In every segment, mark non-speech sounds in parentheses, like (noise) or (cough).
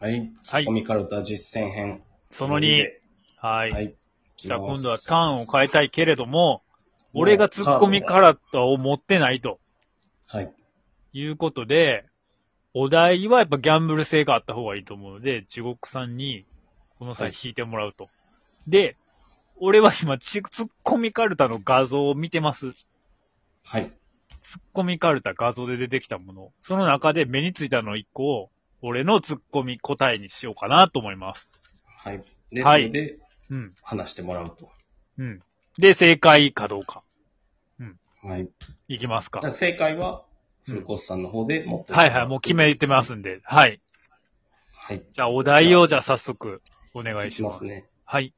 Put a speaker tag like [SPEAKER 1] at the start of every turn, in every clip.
[SPEAKER 1] はい。
[SPEAKER 2] はい
[SPEAKER 1] コミカルタ実践編。
[SPEAKER 2] その2。はい。
[SPEAKER 1] はい。
[SPEAKER 2] じゃあ
[SPEAKER 1] いきます
[SPEAKER 2] 今度はターンを変えたいけれども、俺がツッコミカラットを持ってないと
[SPEAKER 1] はい。
[SPEAKER 2] いうことで、お題はやっぱギャンブル性があった方がいいと思うので、地獄さんにこの際
[SPEAKER 1] はい
[SPEAKER 2] 引いてもらうと。で、俺は今ちツッコミカルタの画像を見てます。
[SPEAKER 1] はい。
[SPEAKER 2] ツッコミカルタ画像で出てきたもの。その中で目についたの1個を、俺のツッコミ答えにしようかなと思います。
[SPEAKER 1] はい。です
[SPEAKER 2] はい
[SPEAKER 1] ので、
[SPEAKER 2] うん。
[SPEAKER 1] 話してもらうと。
[SPEAKER 2] うん。で、正解かどうか。
[SPEAKER 1] はい。
[SPEAKER 2] いきますか
[SPEAKER 1] じゃ。あ正解は、古越さんの方で持って。
[SPEAKER 2] はいはい、もう決めてますすんで。はい。
[SPEAKER 1] はい。
[SPEAKER 2] じゃあ、お題を、じゃあ早速、お願い
[SPEAKER 1] い
[SPEAKER 2] し
[SPEAKER 1] き
[SPEAKER 2] ま。
[SPEAKER 1] ますすね。
[SPEAKER 2] はい。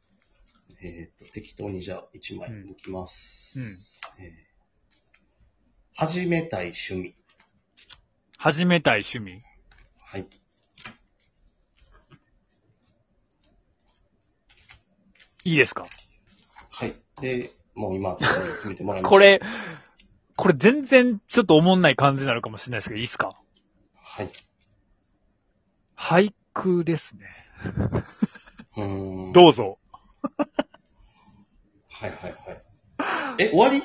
[SPEAKER 1] えー、と、適当にじゃあ1枚
[SPEAKER 2] うん
[SPEAKER 1] 抜きます。えー始めたい趣味。
[SPEAKER 2] 始めたい趣味。
[SPEAKER 1] はい。
[SPEAKER 2] いいですか
[SPEAKER 1] はい。で、もう今、ちょっと決めてもらいました。
[SPEAKER 2] こ。れ、これ全然ちょっと思んない感じになるかもしれないですけど、いいですか
[SPEAKER 1] はい。
[SPEAKER 2] 俳句ですね。
[SPEAKER 1] うーん。
[SPEAKER 2] どうぞ。
[SPEAKER 1] はいはいはい。え、終わり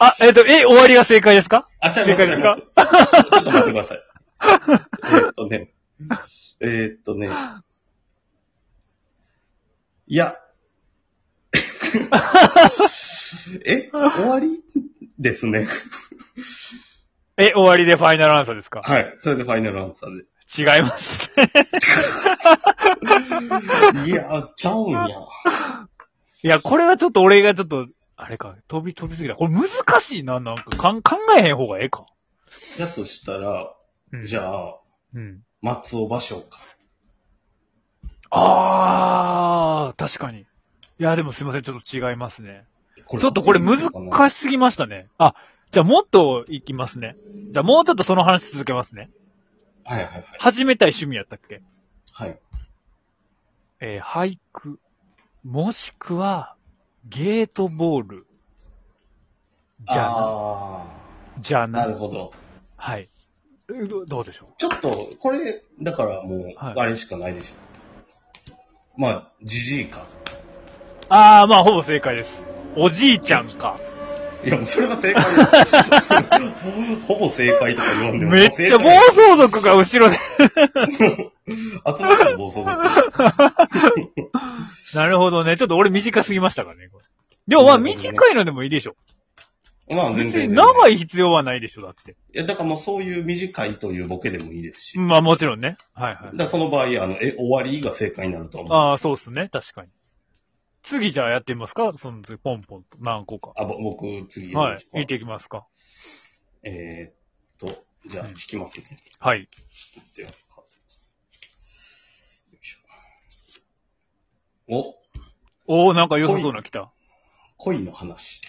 [SPEAKER 2] あ、えっ、と、え、終わりが正解ですか
[SPEAKER 1] あ、ちゃい
[SPEAKER 2] 正
[SPEAKER 1] ます
[SPEAKER 2] 解
[SPEAKER 1] ち
[SPEAKER 2] で
[SPEAKER 1] ゃ
[SPEAKER 2] す
[SPEAKER 1] います。
[SPEAKER 2] か
[SPEAKER 1] ちょっと待ってください。えーっとね。えーっとね。いや。え、終わりですね。
[SPEAKER 2] え、終わりでファイナルアンサーですか
[SPEAKER 1] はい。それでファイナルアンサーで。
[SPEAKER 2] 違いますね。 (laughs)
[SPEAKER 1] いや、ちゃうんや。
[SPEAKER 2] いや、これはちょっと俺がちょっと、あれか、飛び、飛びすぎた。これ難しいな、なんか、かん考えへん方がええか。
[SPEAKER 1] だとしたら、
[SPEAKER 2] うん、
[SPEAKER 1] じ
[SPEAKER 2] ゃ
[SPEAKER 1] ゃあ、
[SPEAKER 2] うん。
[SPEAKER 1] 松尾芭蕉か。
[SPEAKER 2] あー、確かに。いや、でもすいません、ちょっと違いますね。ちょっとこれ難
[SPEAKER 1] い。
[SPEAKER 2] しすぎましたね。あ、じゃあもっといきますね。じゃあもうちょっとその話続けますね。
[SPEAKER 1] はいはいはい。
[SPEAKER 2] 始めたい趣味やったっけ
[SPEAKER 1] はい。
[SPEAKER 2] えー俳句。もしくは、ゲートボール。じゃな、
[SPEAKER 1] あ
[SPEAKER 2] じゃ
[SPEAKER 1] ーな
[SPEAKER 2] な
[SPEAKER 1] る。ほど。
[SPEAKER 2] はい。どどうでしょう
[SPEAKER 1] ちょっと、これ、だからもう、
[SPEAKER 2] はい
[SPEAKER 1] あれしかないでしょ。まあ、じじいか。
[SPEAKER 2] あー、まあほぼ正解です。おじいちゃんか。
[SPEAKER 1] いや、もうそれが正解
[SPEAKER 2] (laughs)
[SPEAKER 1] です。ほぼ正解とか言わんでも。
[SPEAKER 2] めっちゃ
[SPEAKER 1] も
[SPEAKER 2] 暴
[SPEAKER 1] う
[SPEAKER 2] 走族が後ろで。
[SPEAKER 1] 正解集まった暴走族。
[SPEAKER 2] なるほどね。ちょっと俺短すぎましたかね。これでもまあ
[SPEAKER 1] なるほど
[SPEAKER 2] 短
[SPEAKER 1] ね
[SPEAKER 2] いのでもいいでしょ。
[SPEAKER 1] まあ、全
[SPEAKER 2] 別
[SPEAKER 1] 然。
[SPEAKER 2] に長
[SPEAKER 1] い。
[SPEAKER 2] い必要はないでしょ、だって。
[SPEAKER 1] いや、だからもうそういう短いというボケでもいいですし。
[SPEAKER 2] まあもちろんね。はいはい
[SPEAKER 1] だか。らその場合、あの、え、終わりが正解になると思う。
[SPEAKER 2] ああ、そうっすね。確かに。次じゃあやってみますかその次、ポンポンと何個か。
[SPEAKER 1] あ、ぼ僕、次。
[SPEAKER 2] はい。見ていきますか。
[SPEAKER 1] えーっと、じゃあ、
[SPEAKER 2] うん
[SPEAKER 1] 聞きますね。
[SPEAKER 2] はい。
[SPEAKER 1] ではかよいしょお、
[SPEAKER 2] おおなんか良さそうなの来た。
[SPEAKER 1] 恋の話。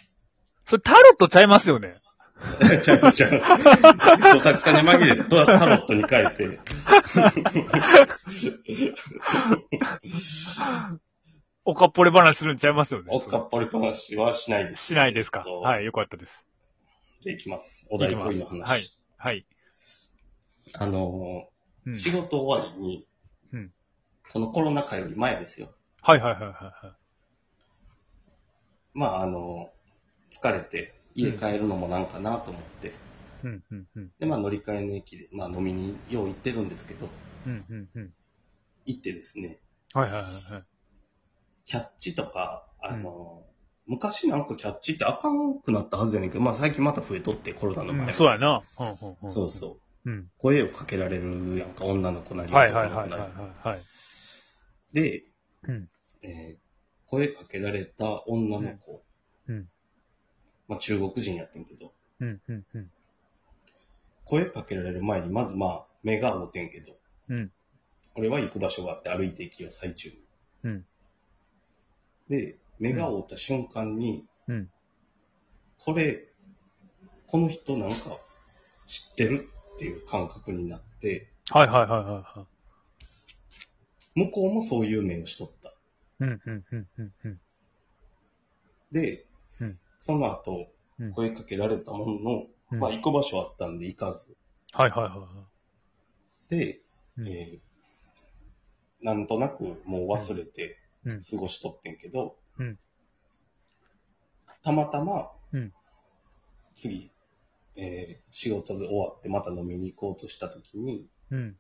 [SPEAKER 2] それタロットちゃいますよね。
[SPEAKER 1] ちゃいます、ちゃいます。ドサクさに紛
[SPEAKER 2] (laughs)
[SPEAKER 1] れて、ドタロットに変えて。
[SPEAKER 2] おかっぽれ話するんちゃいますよね。
[SPEAKER 1] おっかっぽり話はしないです。
[SPEAKER 2] しないですか。
[SPEAKER 1] そう
[SPEAKER 2] はい。よかったです。
[SPEAKER 1] で、いきます。お題
[SPEAKER 2] いきます
[SPEAKER 1] 恋の話。
[SPEAKER 2] はいはい。
[SPEAKER 1] あの
[SPEAKER 2] う
[SPEAKER 1] ー
[SPEAKER 2] ん、
[SPEAKER 1] 仕事終わりに、
[SPEAKER 2] うん
[SPEAKER 1] このコロナ禍より前ですよ。
[SPEAKER 2] はいはいはいはいはい。
[SPEAKER 1] まあ、あのー疲れて、家帰るのもなんかなと思って、
[SPEAKER 2] うんうんうん。
[SPEAKER 1] で、まあ、乗り換えの駅で、まあ、飲みによう行ってるんですけど、
[SPEAKER 2] うんうんうん。
[SPEAKER 1] 行ってですね、
[SPEAKER 2] はいはいはいはい。
[SPEAKER 1] キャッチとか、あの、昔なんかキャッチってあかんくなったはずやねんけど、まあ最近また増えとって、コロナの前、
[SPEAKER 2] うん、そうやな。うんうんうん。
[SPEAKER 1] そうそう。
[SPEAKER 2] う。うん。
[SPEAKER 1] 声をかけられるやんか、女の子なり
[SPEAKER 2] はい
[SPEAKER 1] 男の
[SPEAKER 2] はい
[SPEAKER 1] 子
[SPEAKER 2] はい
[SPEAKER 1] な
[SPEAKER 2] はい
[SPEAKER 1] り
[SPEAKER 2] はいはい。
[SPEAKER 1] で、
[SPEAKER 2] うん
[SPEAKER 1] えー声かけられた女の子、
[SPEAKER 2] うんうん
[SPEAKER 1] まあ中国人やってんけど、
[SPEAKER 2] うんうんうん。
[SPEAKER 1] 声かけられる前にまずまあ目が合うてんけど、
[SPEAKER 2] うん
[SPEAKER 1] 俺は行く場所があって歩いて行きよ、最中。
[SPEAKER 2] うん
[SPEAKER 1] で、目が合った瞬間に、
[SPEAKER 2] うん
[SPEAKER 1] これ、この人なんか知ってるっていう感覚になって、
[SPEAKER 2] はいはいはいはいはい。
[SPEAKER 1] 向こうもそういう目をしとった。
[SPEAKER 2] うんうんうんうんうん。
[SPEAKER 1] で、
[SPEAKER 2] うん
[SPEAKER 1] その後
[SPEAKER 2] うん、
[SPEAKER 1] 声かけられたものの、
[SPEAKER 2] うん
[SPEAKER 1] まあ行く場所あったんで行かず、
[SPEAKER 2] はいはいはいはい。
[SPEAKER 1] て、
[SPEAKER 2] うん
[SPEAKER 1] えーなんとなくもう忘れて
[SPEAKER 2] うん
[SPEAKER 1] 過ごしとってんけど、
[SPEAKER 2] うん
[SPEAKER 1] たまたま、
[SPEAKER 2] うん
[SPEAKER 1] 次、えー仕事で終わってまた飲みに行こうとしたときに、
[SPEAKER 2] うん。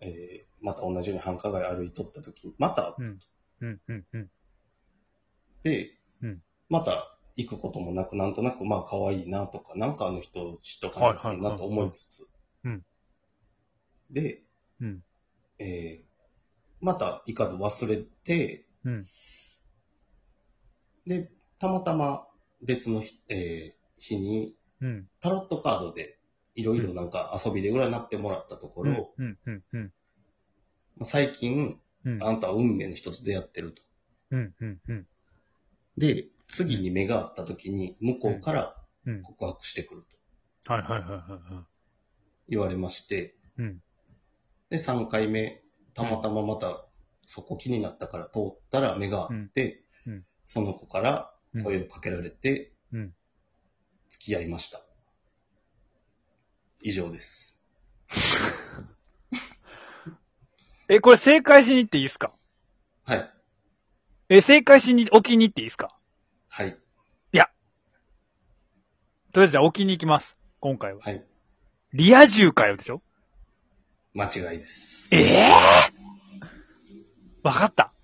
[SPEAKER 1] えーまた同じように繁華街歩いとったときに、また
[SPEAKER 2] うん。うん。うん。うん。
[SPEAKER 1] で、
[SPEAKER 2] うん
[SPEAKER 1] また行くこともなく、なんとなく、まあ、可愛いなとか、なんかあの人、知っとかないといいなと思いつつ。
[SPEAKER 2] はいはいはいうん
[SPEAKER 1] で、
[SPEAKER 2] うん。
[SPEAKER 1] えーまた行かず忘れて、
[SPEAKER 2] うん。
[SPEAKER 1] で、たまたま別の日,、えー日に、
[SPEAKER 2] うん。
[SPEAKER 1] タロットカードで、いろいろなんか遊びで占ってもらったところ、
[SPEAKER 2] うん。うん。うん。
[SPEAKER 1] まあ最近、
[SPEAKER 2] うん。
[SPEAKER 1] あなたは運命の人と出会ってると。
[SPEAKER 2] うん。うん。うん。
[SPEAKER 1] で、次に目が合った時に、向こうから
[SPEAKER 2] うん。
[SPEAKER 1] 告白してくると
[SPEAKER 2] はいはいはいはいは
[SPEAKER 1] 言われまして、
[SPEAKER 2] い。うん。
[SPEAKER 1] で、3回目、たまたままたそこ気になったから通ったら目が合って、
[SPEAKER 2] うんうん
[SPEAKER 1] その子から
[SPEAKER 2] うん
[SPEAKER 1] 声をかけられて、
[SPEAKER 2] うん
[SPEAKER 1] 付き合いました。以上です。
[SPEAKER 2] え、これ正解しに行っていいですか
[SPEAKER 1] はい。
[SPEAKER 2] え、正解しに、置きに行っていいですか
[SPEAKER 1] はい。
[SPEAKER 2] とりあえずじゃあ置きに行きます。今回は。
[SPEAKER 1] はい。
[SPEAKER 2] リア充かよでしょ
[SPEAKER 1] 間違いです。
[SPEAKER 2] ええわかった。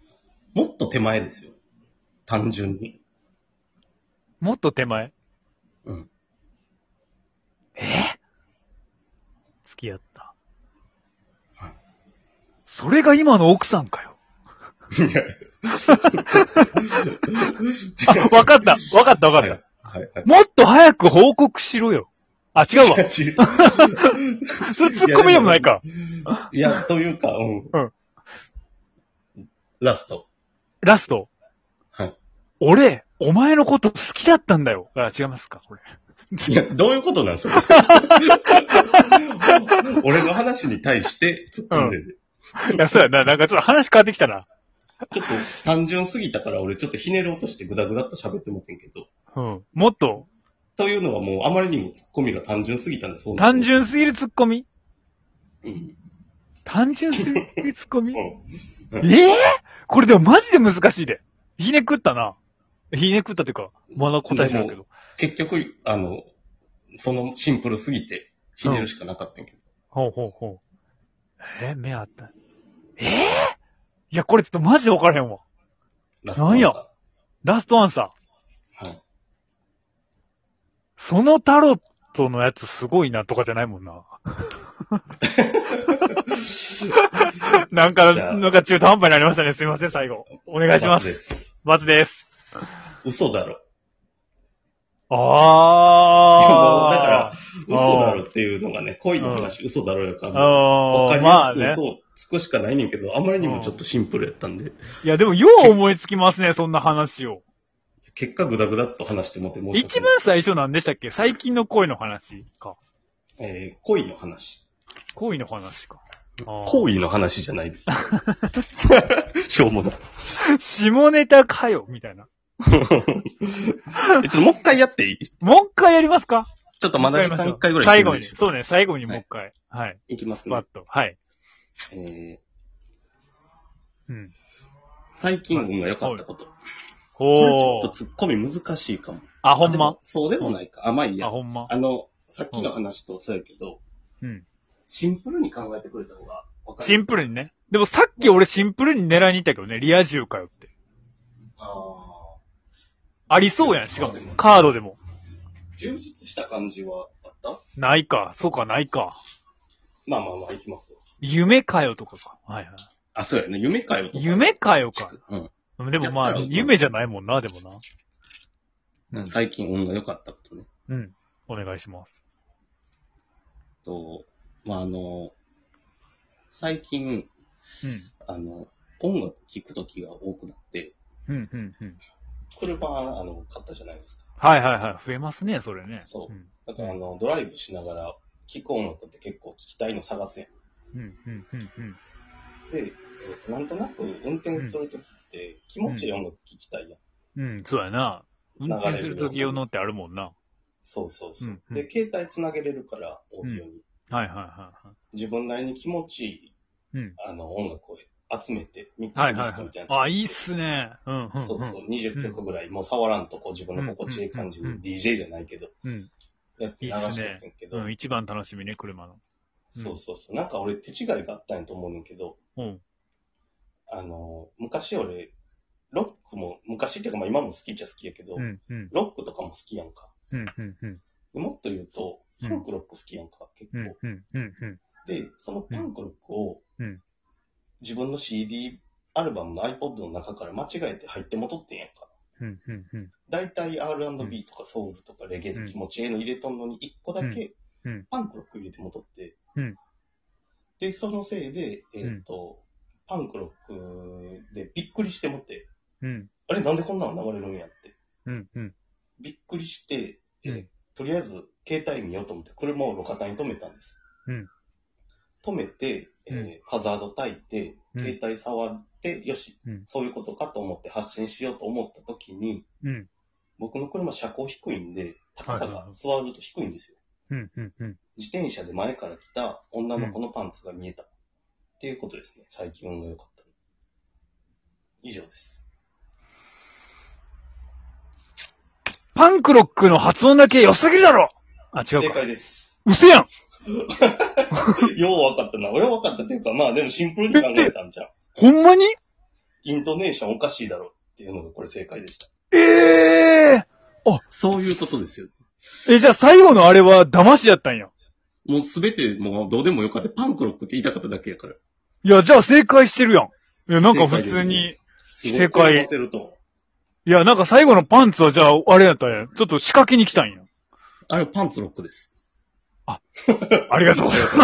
[SPEAKER 1] もっと手前ですよ。単純に。
[SPEAKER 2] もっと手前。
[SPEAKER 1] うん。
[SPEAKER 2] え付き合った。
[SPEAKER 1] はい。
[SPEAKER 2] それが今の奥さんかよ。あ、 (laughs) わかった。わかったわかった。
[SPEAKER 1] はい。はい。はい
[SPEAKER 2] もっと早く報告しろよ。あ、違うわ。それ突っ込みでもないか。
[SPEAKER 1] いや、というか、うん。
[SPEAKER 2] うん
[SPEAKER 1] ラスト。
[SPEAKER 2] ラスト。
[SPEAKER 1] はい。
[SPEAKER 2] 俺、お前のこと好きだったんだよ。あ、違いますかこれ。
[SPEAKER 1] いや、どういうことなん
[SPEAKER 2] (laughs)
[SPEAKER 1] それ。俺の話に対して突っ込んでる、
[SPEAKER 2] いや、そうやな。なんかちょっと話変わってきたな。
[SPEAKER 1] ちょっと単純すぎたから俺ちょっとひねろうとしてグダグダっと喋ってもってんけど。
[SPEAKER 2] うん。もっと、
[SPEAKER 1] というのはもうあまりにも突っ込みが単純すぎたんで、そうな
[SPEAKER 2] 単
[SPEAKER 1] んです
[SPEAKER 2] 純すぎるツッコミ
[SPEAKER 1] うん。
[SPEAKER 2] 単純すぎるツッコミ
[SPEAKER 1] う
[SPEAKER 2] え
[SPEAKER 1] ん
[SPEAKER 2] えこれでもマジで難しいで。ひねくったな。ひねくったというか、まだ答えてないけど。
[SPEAKER 1] 結局、あの、そのシンプルすぎて、ひねるしかなかったんやけど。
[SPEAKER 2] ほうほうほう。えー目あった。ええいや、これちょっとマジで分からへんわ。
[SPEAKER 1] ラストアンサー
[SPEAKER 2] なんやラストアンサー。
[SPEAKER 1] はい。
[SPEAKER 2] そのタロットのやつすごいなとかじゃないも
[SPEAKER 1] (laughs)
[SPEAKER 2] んな。なんか、
[SPEAKER 1] じゃあ
[SPEAKER 2] なんか中途半端になりましたね。すいません、最後。お願いしま。
[SPEAKER 1] 罰ですす。
[SPEAKER 2] バツです。
[SPEAKER 1] 嘘だろ。
[SPEAKER 2] あ
[SPEAKER 1] い
[SPEAKER 2] あ。
[SPEAKER 1] やだから嘘
[SPEAKER 2] あー
[SPEAKER 1] だろっていうのがね、恋の話、嘘だろやから。わか
[SPEAKER 2] ああ、
[SPEAKER 1] り
[SPEAKER 2] ま
[SPEAKER 1] や
[SPEAKER 2] あ
[SPEAKER 1] すく
[SPEAKER 2] ね。
[SPEAKER 1] そう、つくしかないねんけど、あまりにもちょっとシンプルやったんで、
[SPEAKER 2] いや、でもよう思いつきますね、そんな話を。
[SPEAKER 1] 結果グダグダっと話してもっても
[SPEAKER 2] 一番最初何でしたっけ最近の恋の話か。
[SPEAKER 1] えー恋の話。
[SPEAKER 2] 恋の話か。あー
[SPEAKER 1] 行為の話じゃ (laughs) ないです。しょうもない。 (laughs)
[SPEAKER 2] 下ネタかよ、みたいな。
[SPEAKER 1] えちょっともう一回やっていい
[SPEAKER 2] もう一回やりますか
[SPEAKER 1] ちょっとまだ時間一回ぐらい
[SPEAKER 2] 最後に。
[SPEAKER 1] い
[SPEAKER 2] そうね、最後にもう一回。はい。
[SPEAKER 1] いきま
[SPEAKER 2] ス
[SPEAKER 1] す
[SPEAKER 2] パッ
[SPEAKER 1] ね。
[SPEAKER 2] と。はい。
[SPEAKER 1] えー
[SPEAKER 2] うん。
[SPEAKER 1] 最近運が良かったこと。これちょ
[SPEAKER 2] ほ
[SPEAKER 1] っと
[SPEAKER 2] ー。
[SPEAKER 1] ツッコミ難しいかも。
[SPEAKER 2] あ、ほん
[SPEAKER 1] で
[SPEAKER 2] ま
[SPEAKER 1] も。そうでもないか。甘い
[SPEAKER 2] あ、
[SPEAKER 1] や。
[SPEAKER 2] ほんま。
[SPEAKER 1] あの、さっきの話とそうやけど、
[SPEAKER 2] うん。
[SPEAKER 1] シンプルに考えてくれた方がわかる。
[SPEAKER 2] シンプルにね。でもさっき俺シンプルに狙いに行ったけどね、リア充かよって。
[SPEAKER 1] あー
[SPEAKER 2] ありそうやん、しかも。カードでも。
[SPEAKER 1] 充実した感じはあった
[SPEAKER 2] ないか、そうか、ないか。
[SPEAKER 1] まあまあまあ、いきますよ。
[SPEAKER 2] 夢かよとかか。はいはい。
[SPEAKER 1] あ、そうやね。夢かよとか。
[SPEAKER 2] 夢かよか。
[SPEAKER 1] うん。
[SPEAKER 2] でもまあ、
[SPEAKER 1] やったら
[SPEAKER 2] 夢じゃないもんな、でもな。うん
[SPEAKER 1] 最近運が良かったことね。
[SPEAKER 2] うん。お願いします。
[SPEAKER 1] と、まああの、最近、あの、音楽聴くときが多くなって、
[SPEAKER 2] うん。うん、うん、うん。
[SPEAKER 1] 車、あの、買ったじゃないですか。
[SPEAKER 2] はいはいはい。増えますね、それね。
[SPEAKER 1] そう
[SPEAKER 2] うん。
[SPEAKER 1] だから、あの、ドライブしながら聴く音楽って結構聴きたいの探すやん。
[SPEAKER 2] うん、うん、うん、うん。
[SPEAKER 1] で、えーと、なんとなく運転するときって気持ちいい音楽聴きたいやん。
[SPEAKER 2] うん、そうやな。運転するとき用のってあるもんな。
[SPEAKER 1] そうそうそう。
[SPEAKER 2] うんうん
[SPEAKER 1] で、携帯つなげれるから、オーディオに。
[SPEAKER 2] はいはいはいはい。
[SPEAKER 1] 自分なりに気持ちいい、
[SPEAKER 2] うん。
[SPEAKER 1] あの、音楽を集めて、ミックス
[SPEAKER 2] はい
[SPEAKER 1] リ
[SPEAKER 2] はい
[SPEAKER 1] ストみた
[SPEAKER 2] はい
[SPEAKER 1] い。なの
[SPEAKER 2] あ、いいっすね。うん、うん。
[SPEAKER 1] そうそう、20曲ぐらい、もう触らんとこう自分の心地いい感じ
[SPEAKER 2] うんうんう
[SPEAKER 1] に
[SPEAKER 2] ん
[SPEAKER 1] DJ じゃないけど、
[SPEAKER 2] うん。
[SPEAKER 1] やって流してるけど、
[SPEAKER 2] うん。うん、一番楽しみね、車の。うん
[SPEAKER 1] そうそうそう。なんか俺手違いがあったんやと思うねんけど、
[SPEAKER 2] うん。
[SPEAKER 1] あの、昔俺、ロックも、昔っていうかまあ今も好きっちゃ好きやけど、
[SPEAKER 2] うん、うん。
[SPEAKER 1] ロックとかも好きやんか。
[SPEAKER 2] うん、うん、うん。
[SPEAKER 1] でもっと言うと、
[SPEAKER 2] うん
[SPEAKER 1] パンクロック好きやんか、結
[SPEAKER 2] う
[SPEAKER 1] 構。
[SPEAKER 2] ん、うん、うん、うん。
[SPEAKER 1] で、そのパンクロックを、
[SPEAKER 2] うん
[SPEAKER 1] 自分の CD アルバムの iPod の中から間違えて入って戻ってんやんか。
[SPEAKER 2] うん、うん、うん。
[SPEAKER 1] だいたい R&B とかソウルとかレゲエと
[SPEAKER 2] うん
[SPEAKER 1] 気持ちええの入れとんのに一個だけ
[SPEAKER 2] うんうん
[SPEAKER 1] パンクロック入れて戻って。
[SPEAKER 2] うん
[SPEAKER 1] で、そのせいで、えっ、と、パンクロックでびっくりしてもって、
[SPEAKER 2] うん、
[SPEAKER 1] あれなんでこんなの流れるんやって。
[SPEAKER 2] うん、うん。
[SPEAKER 1] びっくりして、えー
[SPEAKER 2] うん
[SPEAKER 1] とりあえず携帯見ようと思って車を路肩に止めたんです。
[SPEAKER 2] うん
[SPEAKER 1] 止めて、えー
[SPEAKER 2] う
[SPEAKER 1] ハザード焚いて、
[SPEAKER 2] うん
[SPEAKER 1] 携帯触って、よし、
[SPEAKER 2] うん
[SPEAKER 1] そういうことかと思って発信しようと思った時に、
[SPEAKER 2] うん、
[SPEAKER 1] 僕の車車高低いんで、高さ
[SPEAKER 2] はいはい
[SPEAKER 1] が
[SPEAKER 2] はい
[SPEAKER 1] 座ると低いんですよ。
[SPEAKER 2] うん、うん、うん。
[SPEAKER 1] 自転車で前から来た女の子のパンツが見えた。っていうことですね。最近運が良かったの。以上です。
[SPEAKER 2] パンクロックの発音だけ良すぎるだろあ、違
[SPEAKER 1] 正
[SPEAKER 2] うか。
[SPEAKER 1] 解です。
[SPEAKER 2] 嘘やん
[SPEAKER 1] よう分かったな。俺は分かったっていうか、まあでもシンプルに考えたんじゃん。
[SPEAKER 2] ほんまに
[SPEAKER 1] イントネーションおかしいだろっていうのがこれ正解でした。
[SPEAKER 2] ええ
[SPEAKER 1] そういうことですよ。
[SPEAKER 2] え、じゃあ最後のあれは騙しやったんや。
[SPEAKER 1] もうすべてもうどうでもよかった。パンクロックって言いたかっただけやから。
[SPEAKER 2] いや、じゃあ正解してるやん。いや、なんか普通
[SPEAKER 1] 正
[SPEAKER 2] に。正解
[SPEAKER 1] 解です。すごいこれ持てると。
[SPEAKER 2] いや、なんか最後のパンツはじゃあ、あれやったんや。ちょっと仕掛けに来たんや。
[SPEAKER 1] あれパンツロックです。
[SPEAKER 2] ありがとうございます。